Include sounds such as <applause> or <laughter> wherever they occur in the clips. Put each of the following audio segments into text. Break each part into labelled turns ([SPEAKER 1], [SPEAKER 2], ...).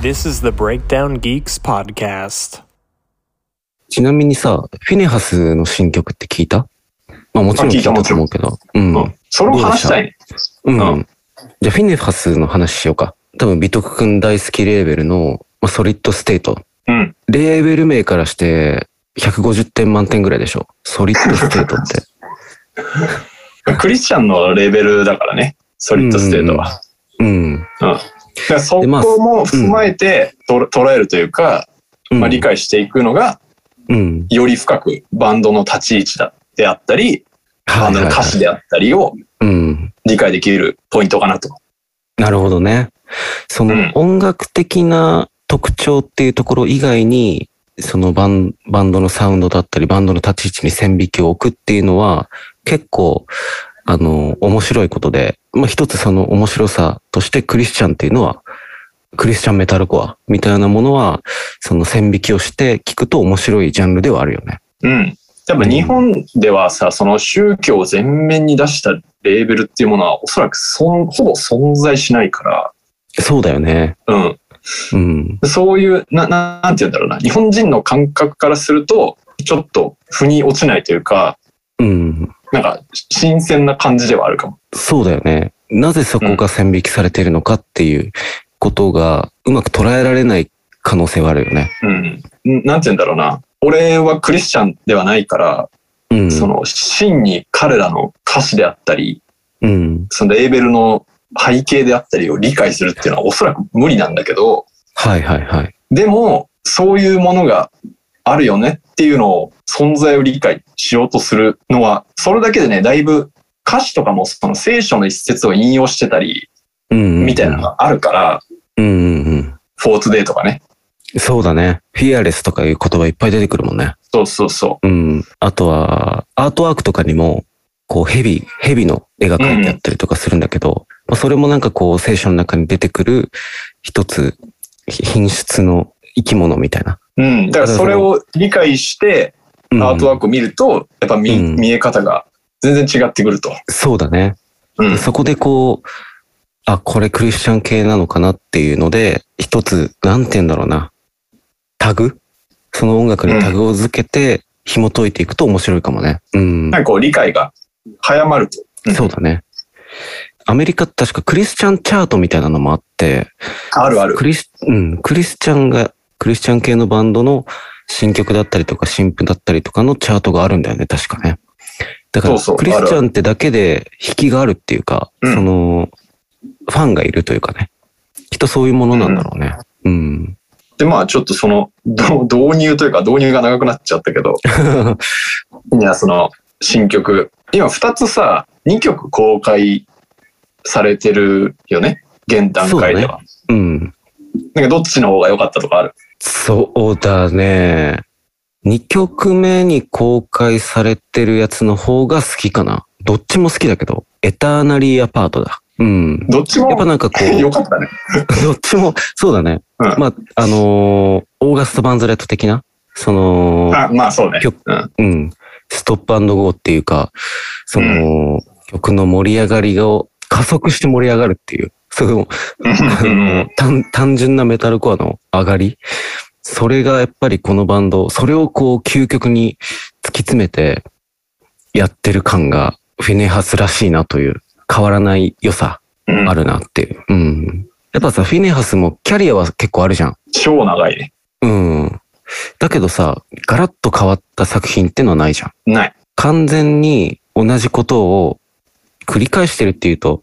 [SPEAKER 1] This is the Breakdown Geeks podcast.
[SPEAKER 2] ちなみにさ、フィネハスの新曲って聞いたまあもちろん
[SPEAKER 3] あ聞
[SPEAKER 2] 聞
[SPEAKER 3] い
[SPEAKER 2] い
[SPEAKER 3] た
[SPEAKER 2] たと思うけど。うん。
[SPEAKER 3] う
[SPEAKER 2] うん
[SPEAKER 3] ん。それを話したいね。
[SPEAKER 2] うん
[SPEAKER 3] う
[SPEAKER 2] じゃあフィネハスの話しようか。多分美徳くん大好きレーベルの、まあ、ソリッドステート。
[SPEAKER 3] うん。
[SPEAKER 2] レーベル名からして150点満点ぐらいでしょ。ソリッドステート
[SPEAKER 3] <laughs>
[SPEAKER 2] って。
[SPEAKER 3] クリスチャンのレベルだからね。ソリッドステートは。
[SPEAKER 2] うん。
[SPEAKER 3] だからそこ
[SPEAKER 2] でまあうん
[SPEAKER 3] も踏まえてと捉えるというか、
[SPEAKER 2] うん
[SPEAKER 3] まあ、理解していくのが、
[SPEAKER 2] うん。
[SPEAKER 3] より深くバンドの立ち位置だであったり、バ
[SPEAKER 2] は
[SPEAKER 3] ン
[SPEAKER 2] い
[SPEAKER 3] ド
[SPEAKER 2] はいは
[SPEAKER 3] の
[SPEAKER 2] い
[SPEAKER 3] 歌詞であったりを
[SPEAKER 2] うん。
[SPEAKER 3] 理解できるポイントかなと。
[SPEAKER 2] なるほどね。そ
[SPEAKER 3] うん
[SPEAKER 2] の音楽的な特徴っていうところ以外に、そのバンバンドのサウンドだったり、バンドの立ち位置に線引きを置くっていうのは、結構、あの、面白いことで、まあ、一つその面白さとしてクリスチャンっていうのは、クリスチャンメタルコアみたいなものは、その線引きをして聞くと面白いジャンルではあるよね。
[SPEAKER 3] うん。多分日本ではさ、その宗教を全面に出したレーベルっていうものはおそらくそんほぼ存在しないか
[SPEAKER 2] そうだよね。
[SPEAKER 3] ら、うん。
[SPEAKER 2] うん。
[SPEAKER 3] そういう、な、ななんて言うんだろうな。日本人の感覚からすると、ちょっと腑に落ちないというか、
[SPEAKER 2] うん。
[SPEAKER 3] なんか、新鮮な感じではあるかも。
[SPEAKER 2] そうだよね。なぜそこが線引きされてるのかっていうことが、うまく捉えられない可能性はあるよね。
[SPEAKER 3] うん。んなんて言うんだろうな。俺はクリスチャンではないから、
[SPEAKER 2] うん。
[SPEAKER 3] その、真に彼らの歌詞であったり、
[SPEAKER 2] うん。
[SPEAKER 3] そのレーベルの背景であったりを理解するっていうのはおそらく無理なんだけど、
[SPEAKER 2] はいはいはい。
[SPEAKER 3] でも、そういうものがあるよねっていうのを、存在を理解しようとするのは、それだけでね、だいぶ歌詞とかもその聖書の一節を引用してたり、
[SPEAKER 2] うんうんうん。
[SPEAKER 3] みたいなのがあるから、
[SPEAKER 2] うんうんうん。
[SPEAKER 3] フォーツデーとかね。
[SPEAKER 2] そうだね。フィアレスとかいう言葉いっぱい出てくるもんね。
[SPEAKER 3] そうそうそ
[SPEAKER 2] うん。あとは、アートワークとかにも、こう、ヘビ、ヘビの絵が描いてあったりとかするんだけど、まあ、それもなんかこう、聖書の中に出てくる、一つ、ひ品質の生き物みたいな。
[SPEAKER 3] う。うん。だからそれを理解して、
[SPEAKER 2] うん
[SPEAKER 3] アートワークを見ると、やっぱ見,、
[SPEAKER 2] うん
[SPEAKER 3] 見え方が全然違ってくると。
[SPEAKER 2] そうだね。
[SPEAKER 3] うん。
[SPEAKER 2] そこでこう、あ、これクリスチャン系なのかなっていうので、一つ、なんて言うんだろうな。タグその音楽にタグを付けて、紐解いていくと面白いかもね。うん
[SPEAKER 3] な。んかこう理解が早まると。うん
[SPEAKER 2] そうだね。アメリカって確かクリスチャンチャートみたいなのもあって、
[SPEAKER 3] あるある
[SPEAKER 2] ク。リス、うん、クリスチャンが、クリスチャン系のバンドの新曲だったりとか新譜だったりとかのチャートがあるんだよね、確かね。だから、
[SPEAKER 3] そうそう
[SPEAKER 2] クリスチャンってだけで引きがあるっていうか、
[SPEAKER 3] うん
[SPEAKER 2] その、ファンがいるというかね。きっとそういうものなんだろうね。うん。 <laughs>
[SPEAKER 3] で、まあちょっとその、ど導入というか導入が長くなっちゃったけど、いや、その、新曲。今、二つさ、二曲公開されてるよね。現段階では。
[SPEAKER 2] うん。
[SPEAKER 3] なんか、どっちの方が良かったとかある。
[SPEAKER 2] そうだね。2曲目に公開されてるやつの方が好きかな。どっちも好きだけど、エターナリーアパートだ。うん。
[SPEAKER 3] どっちも
[SPEAKER 2] やっぱなんか
[SPEAKER 3] <laughs>
[SPEAKER 2] こう、
[SPEAKER 3] 良かったね。
[SPEAKER 2] <laughs> どっちも、そうだね。
[SPEAKER 3] うん
[SPEAKER 2] まあ、あのーオーガスト・バンズレット的な、その、
[SPEAKER 3] あまあ、そうね。
[SPEAKER 2] 曲 <laughs>
[SPEAKER 3] うん。
[SPEAKER 2] うん、ストップゴーっていうか、その、曲の盛り上がりを加速して盛り上がるっていう、その、
[SPEAKER 3] うん
[SPEAKER 2] 単単純なメタルコアの上がり、それがやっぱりこのバンド、それをこう究極に突き詰めてやってる感が、フィネハスらしいなという、変わらない良さ
[SPEAKER 3] うん
[SPEAKER 2] あるなっていう。うん。やっぱさ、フィネハスもキャリアは結構あるじゃん。
[SPEAKER 3] 超長いね。
[SPEAKER 2] うん。だけどさ、ガラッと変わった作品ってのはないじゃん。
[SPEAKER 3] ない。
[SPEAKER 2] 完全に同じことを繰り返してるっていうと、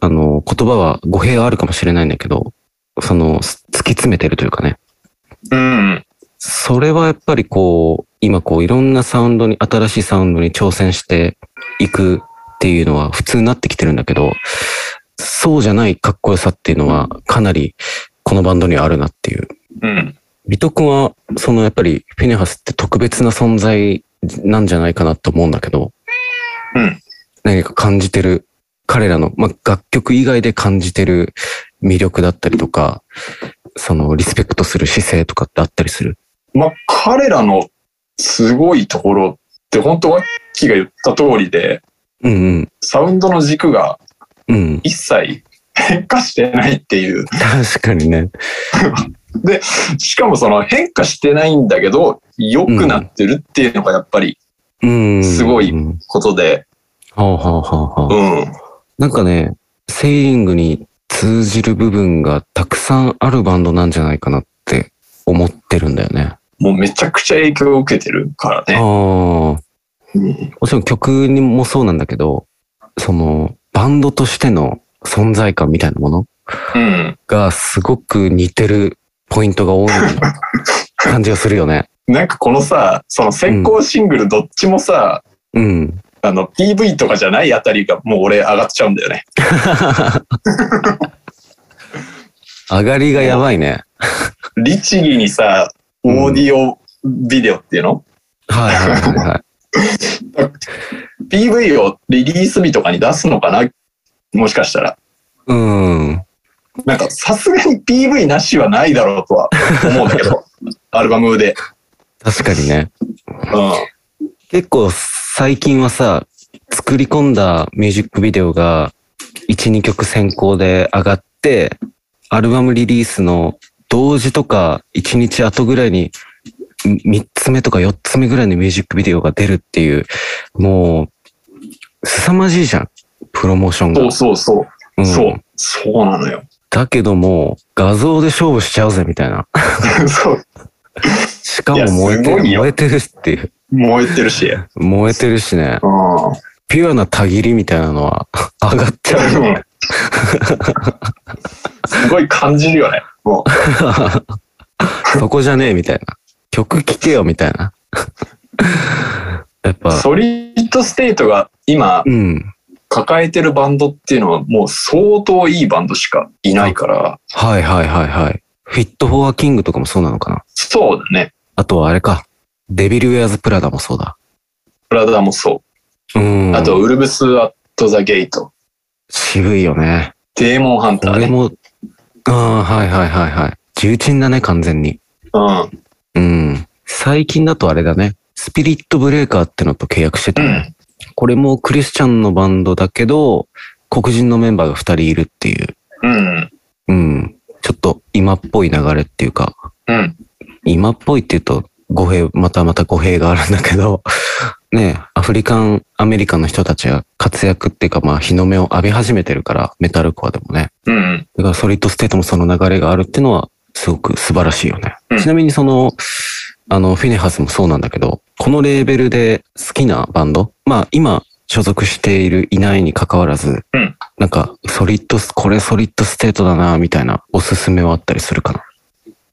[SPEAKER 2] あの、言葉は語弊はあるかもしれないんだけど、その、す突き詰めてるというかね。
[SPEAKER 3] うん。
[SPEAKER 2] それはやっぱりこう、今こういろんなサウンドに、新しいサウンドに挑戦していくっていうのは普通になってきてるんだけど、そうじゃないかっこよさっていうのはかなりこのバンドにはあるなっていう。
[SPEAKER 3] うん。
[SPEAKER 2] ビト君は、そのやっぱりフィネハスって特別な存在なんじゃないかなと思うんだけど、
[SPEAKER 3] うん。
[SPEAKER 2] 何か感じてる、彼らの、まあ、楽曲以外で感じてる魅力だったりとか、そのリスペクトする姿勢とかってあったりする
[SPEAKER 3] まあ、彼らのすごいところって、本当ワッキーが言った通りで、
[SPEAKER 2] うんうん。
[SPEAKER 3] サウンドの軸が
[SPEAKER 2] うん。
[SPEAKER 3] 一切変化してないっていう。
[SPEAKER 2] 確かにね。
[SPEAKER 3] しかもその変化してないんだけど、良くなってるっていうのがやっぱり
[SPEAKER 2] うん。
[SPEAKER 3] すごい
[SPEAKER 2] うん
[SPEAKER 3] ことで、
[SPEAKER 2] はあはあはあはあ
[SPEAKER 3] うん。
[SPEAKER 2] なんかね、セイリングに通じる部分がたくさんあるバンドなんじゃないかなって思ってるんだよね。
[SPEAKER 3] もうめちゃくちゃ影響を受けてるから
[SPEAKER 2] ああ
[SPEAKER 3] ね。
[SPEAKER 2] ー。
[SPEAKER 3] うん
[SPEAKER 2] もちろん曲にもそうなんだけど、その、バンドとしての存在感みたいなもの
[SPEAKER 3] うん。
[SPEAKER 2] がすごく似てるポイントが多い感じがするよね。
[SPEAKER 3] <laughs> なんかこのさ、その先行シングルどっちもさ、
[SPEAKER 2] うん。
[SPEAKER 3] あの PV とかじゃないあたりがもう俺上がっちゃうんだよね。
[SPEAKER 2] 上がりがやばいね。
[SPEAKER 3] 律儀にさ、オーディオビデオっていうの、
[SPEAKER 2] はいはいはいはい。
[SPEAKER 3] ?PV をリリース日とかに出すのかなもしかしたら。
[SPEAKER 2] うん。
[SPEAKER 3] なんかさすがに PV なしはないだろうとは思うんだけ <laughs> ど、アルバムで。
[SPEAKER 2] 確かにね。
[SPEAKER 3] う
[SPEAKER 2] 結構最近はさ、作り込んだミュージックビデオが1、2曲先行で上がって、アルバムリリースの同時とか1日後ぐらいに3つ目とか4つ目ぐらいのミュージックビデオが出るっていう、もう、凄まじいじゃん。プロモーション
[SPEAKER 3] ん。
[SPEAKER 2] が。
[SPEAKER 3] そうそうそ
[SPEAKER 2] う
[SPEAKER 3] う。
[SPEAKER 2] ん
[SPEAKER 3] そう。そうなのよ。 <laughs>
[SPEAKER 2] だけども、画像で勝負しちゃうぜみたいな。
[SPEAKER 3] そう。
[SPEAKER 2] しか
[SPEAKER 3] いや
[SPEAKER 2] も燃えて
[SPEAKER 3] すごい
[SPEAKER 2] る、
[SPEAKER 3] よ
[SPEAKER 2] 燃えてるしっていう。
[SPEAKER 3] 燃えてるし。うん。
[SPEAKER 2] 燃えてるしね。ピュアなたぎりみたいなのは <laughs> 上がっちゃうよ。
[SPEAKER 3] すごい感じるよね。も
[SPEAKER 2] そこじゃねえみたいな。曲聴けよみたいな。 <laughs> やっ
[SPEAKER 3] う、
[SPEAKER 2] ぱ、
[SPEAKER 3] ソリッドステートが今
[SPEAKER 2] うん。
[SPEAKER 3] 抱えてるバンドっていうのはもう相当いいバンドしかいないから、
[SPEAKER 2] はいはいはいはい。フィットフォアキングとかもそうなのかな。
[SPEAKER 3] そうだね。
[SPEAKER 2] あとはあれか。デビルウェアズ・プラダもそうだ。
[SPEAKER 3] プラダもそうう。
[SPEAKER 2] ん。
[SPEAKER 3] あと、、ウルブス・アット・ザ・ゲイト。
[SPEAKER 2] 渋いよね。
[SPEAKER 3] デーモン・ハンタ
[SPEAKER 2] こ
[SPEAKER 3] ー
[SPEAKER 2] れ
[SPEAKER 3] ね。
[SPEAKER 2] も、ああ、はいはいはいはい。重鎮だね、完全に。
[SPEAKER 3] うん。
[SPEAKER 2] うん。最近だとあれだね。スピリットブレーカーってのと契約してた
[SPEAKER 3] う
[SPEAKER 2] ね。
[SPEAKER 3] ん。
[SPEAKER 2] これもクリスチャンのバンドだけど、黒人のメンバーが二人いるっていう、
[SPEAKER 3] うん。
[SPEAKER 2] うん。ちょっと今っぽい流れっていうか、
[SPEAKER 3] うん。
[SPEAKER 2] 今っぽいって言うと語弊、またまた語弊があるんだけど、 <laughs> ねえアフリカン、アメリカの人たちが活躍っていうか、まあ日の目を浴び始めてるから、メタルコアでもね。
[SPEAKER 3] うん。
[SPEAKER 2] だからソリッドステートもその流れがあるっていうのは、すごく素晴らしいよね。
[SPEAKER 3] うん
[SPEAKER 2] ちなみにその、あの、フィネハスもそうなんだけど、このレーベルで好きなバンド、まあ今所属しているいないに関わらず、
[SPEAKER 3] うん
[SPEAKER 2] なんかソリッドス、これソリッドステートだな、みたいなおすすめはあったりするかな。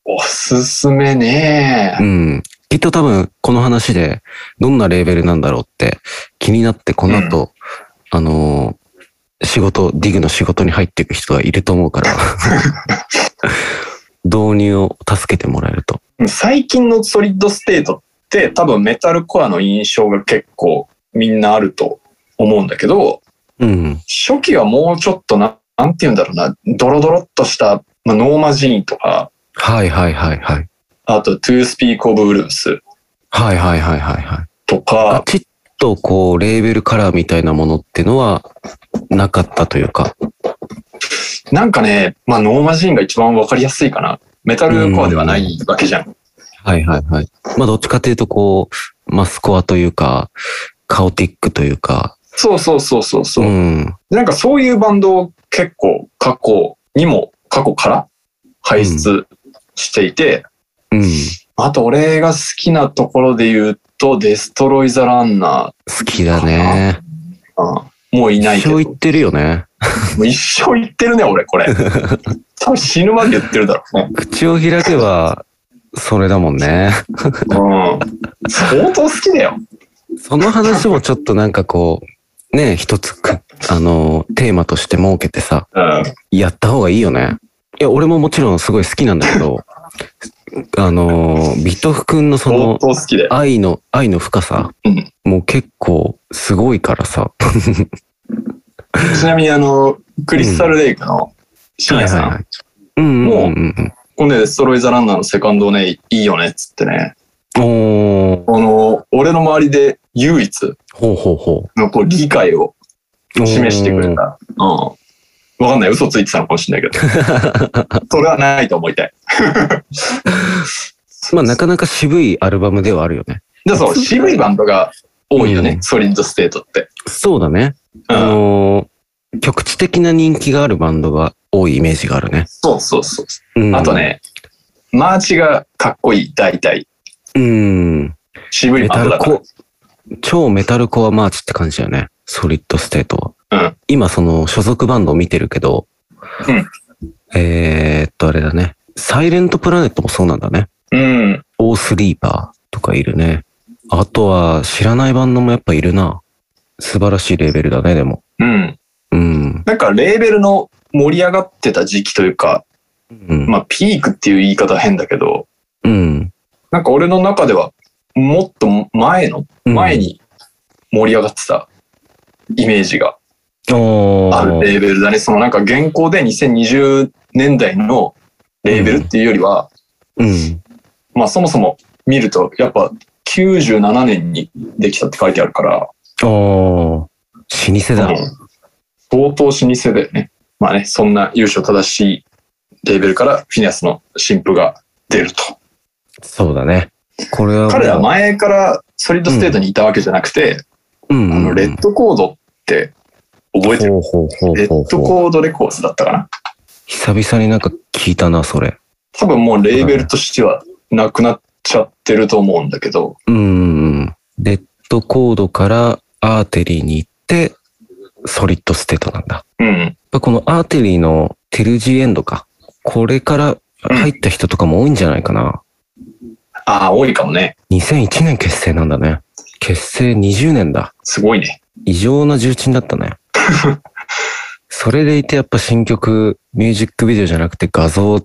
[SPEAKER 3] おすすめね
[SPEAKER 2] うん。きっと多分この話でどんなレーベルなんだろうって気になってこの後、あのー仕事、ディグの仕事に入っていく人がいると思うから、導入を助けてもらえると。
[SPEAKER 3] 最近のソリッドステートって多分メタルコアの印象が結構みんなあると思うんだけど、
[SPEAKER 2] うん。
[SPEAKER 3] 初期はもうちょっとな、なんて言うんだろうな、ドロドロっとした、まあ、ノーマジーンとか、
[SPEAKER 2] はいはいはいはい。
[SPEAKER 3] あとトゥースピークオブウルブス
[SPEAKER 2] はいはいはいはいはい。
[SPEAKER 3] と
[SPEAKER 2] ガ
[SPEAKER 3] か、
[SPEAKER 2] チッとこう、レーベルカラーみたいなものってのはなかったというか。
[SPEAKER 3] なんかね、まあノーマジーンが一番わかりやすいかな。メタルコアではないわけじゃん。
[SPEAKER 2] はいはいはい。まあどっちかというとこう、マスコアというか、カオティックというか。
[SPEAKER 3] そうそうそうそうそう。
[SPEAKER 2] うん。
[SPEAKER 3] なんかそういうバンドを結構過去にも、過去から輩出していて、
[SPEAKER 2] うん。
[SPEAKER 3] あと俺が好きなところで言うと、デストロイ・ザ・ランナ
[SPEAKER 2] 好きだね。
[SPEAKER 3] ー、うん、もういない
[SPEAKER 2] 一
[SPEAKER 3] けど、
[SPEAKER 2] 生
[SPEAKER 3] も
[SPEAKER 2] 行ってるよね。
[SPEAKER 3] う一生言ってるね、俺、
[SPEAKER 2] <laughs>
[SPEAKER 3] これ。多分死ぬまで言ってるだろうね。
[SPEAKER 2] 口を開けば、それだもんね。
[SPEAKER 3] うん。相当好きだよ。
[SPEAKER 2] その話もちょっとなんかこう、ね、一つく、あの、テーマとして設けてさ、
[SPEAKER 3] うん。
[SPEAKER 2] やった方がいいよね。いや、俺ももちろんすごい好きなんだけど、 <laughs> あの、ビトフ君のそ
[SPEAKER 3] 相当
[SPEAKER 2] の、
[SPEAKER 3] 好きだよ。
[SPEAKER 2] 愛の、愛の深さ
[SPEAKER 3] うん、
[SPEAKER 2] もう結構すごいからさ。
[SPEAKER 3] ちなみにあの、クリスタル・レイクの深夜さん、
[SPEAKER 2] い。うんうんうん
[SPEAKER 3] このね、デストロイ・ザ・ランナーのセカンドね、いいよね、っつってね。
[SPEAKER 2] うん。おー、
[SPEAKER 3] あの、俺の周りで唯一
[SPEAKER 2] ほうほうほ
[SPEAKER 3] のこう理解を
[SPEAKER 2] う。
[SPEAKER 3] 示してくれた。うん。わかんない。嘘ついてたのかもしれな
[SPEAKER 2] <laughs>
[SPEAKER 3] いけど。それはないと思いたい。
[SPEAKER 2] まあなかなか渋いアルバムではあるよね。
[SPEAKER 3] で、そう、渋いバンドが多いよね。
[SPEAKER 2] うん
[SPEAKER 3] ソリッドステートって。
[SPEAKER 2] そうだね。
[SPEAKER 3] う
[SPEAKER 2] あ
[SPEAKER 3] ん。
[SPEAKER 2] のー局地的な人気があるバンドが多いイメージがあるね。
[SPEAKER 3] そうそうそう。
[SPEAKER 2] うん、
[SPEAKER 3] あと。ね、マーチがかっこいい、大体。
[SPEAKER 2] うん。
[SPEAKER 3] 渋い
[SPEAKER 2] メ
[SPEAKER 3] バ
[SPEAKER 2] タ
[SPEAKER 3] ンド
[SPEAKER 2] ル
[SPEAKER 3] だか
[SPEAKER 2] コ、超メタルコアマーチって感じだよね。ソリッドステートは。
[SPEAKER 3] うん
[SPEAKER 2] 今その所属バンドを見てるけど、
[SPEAKER 3] うん
[SPEAKER 2] えーっとあれだね。サイレントプラネットもそうなんだね。
[SPEAKER 3] ら。うん。
[SPEAKER 2] オースリーパーとかいるね。あとは知らないバンドもやっぱいるな。素晴らしいレベルだね、でも。
[SPEAKER 3] うん。
[SPEAKER 2] うん。
[SPEAKER 3] なんか、レーベルの盛り上がってた時期というか、
[SPEAKER 2] うん。
[SPEAKER 3] まあ、ピークっていう言い方は変だけど、
[SPEAKER 2] うん。
[SPEAKER 3] なんか俺の中では、もっと前の、
[SPEAKER 2] うん
[SPEAKER 3] 前。に盛り上がってたイメージが
[SPEAKER 2] お
[SPEAKER 3] ある
[SPEAKER 2] ー。
[SPEAKER 3] レーベルだね。そのなんか現行で2020年代のレーベルっていうよりは、
[SPEAKER 2] うん。
[SPEAKER 3] まあそもそも見ると、やっぱ97年にできたって書いてあるから、
[SPEAKER 2] おー。老舗だ。
[SPEAKER 3] うん相当老舗だよね。まあね、そんな優勝正しいレーベルからフィニアスの新譜が出ると。
[SPEAKER 2] そうだね。これは。
[SPEAKER 3] 彼ら前からソリッドステートにいたわけじゃなくて、
[SPEAKER 2] うん、うん。
[SPEAKER 3] あの、レッドコードって覚えてる
[SPEAKER 2] ほうほうほうほうほう
[SPEAKER 3] レッドコードレコーズだったかな
[SPEAKER 2] 久々になんか聞いたな、それ。
[SPEAKER 3] 多分もうレーベルとしてはなくなっちゃってると思うんだけど、
[SPEAKER 2] うん。レッドコードからアーテリーに行って、ソリッドステートなんだ。
[SPEAKER 3] うん。
[SPEAKER 2] やっぱこのアーテリーのテルジーエンドか。これから入った人とかも多いんじゃないかな。
[SPEAKER 3] ああ、多いかもね。
[SPEAKER 2] 2001年結成なんだね。結成20年だ。
[SPEAKER 3] すごいね。
[SPEAKER 2] 異常な重鎮だった
[SPEAKER 3] <laughs>
[SPEAKER 2] ね。それでいてやっぱ新曲、ミュージックビデオじゃなくて画像、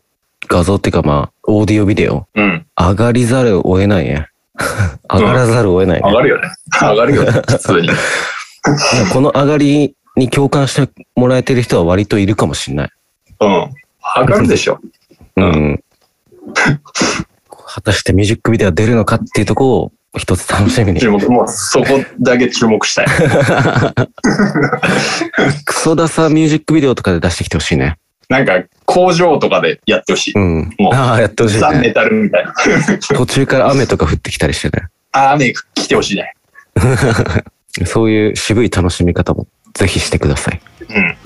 [SPEAKER 2] 画像っていうかまあ、オーディオビデオ。
[SPEAKER 3] うん。
[SPEAKER 2] 上がりざるを得ないね。 <laughs> 上がらざるを得ないね。
[SPEAKER 3] 上がる
[SPEAKER 2] <laughs>
[SPEAKER 3] よね。上がるよね。普通に。
[SPEAKER 2] いやこの上がりに共感してもらえてる人は割といるかもしれない。
[SPEAKER 3] うん。上がるでしょ。
[SPEAKER 2] う
[SPEAKER 3] うん
[SPEAKER 2] ん。 <laughs> 果たしてミュージックビデオは出るのかっていうところを一つ楽しみに。
[SPEAKER 3] 注目。もうそこだけ注
[SPEAKER 2] <laughs>
[SPEAKER 3] 目したい。
[SPEAKER 2] クソダサミュージックビデオとかで出してきてほしいね。
[SPEAKER 3] なんか、工場とかでやってほしい。
[SPEAKER 2] うん
[SPEAKER 3] も。う
[SPEAKER 2] ああ、やってほしい
[SPEAKER 3] ザ・メ
[SPEAKER 2] ね。
[SPEAKER 3] タルみたいな。
[SPEAKER 2] 途中から雨とか降ってきたりしてね。
[SPEAKER 3] <laughs> あー雨来てほしいね。
[SPEAKER 2] そういう渋い楽しみ方もぜひしてください。
[SPEAKER 3] うん。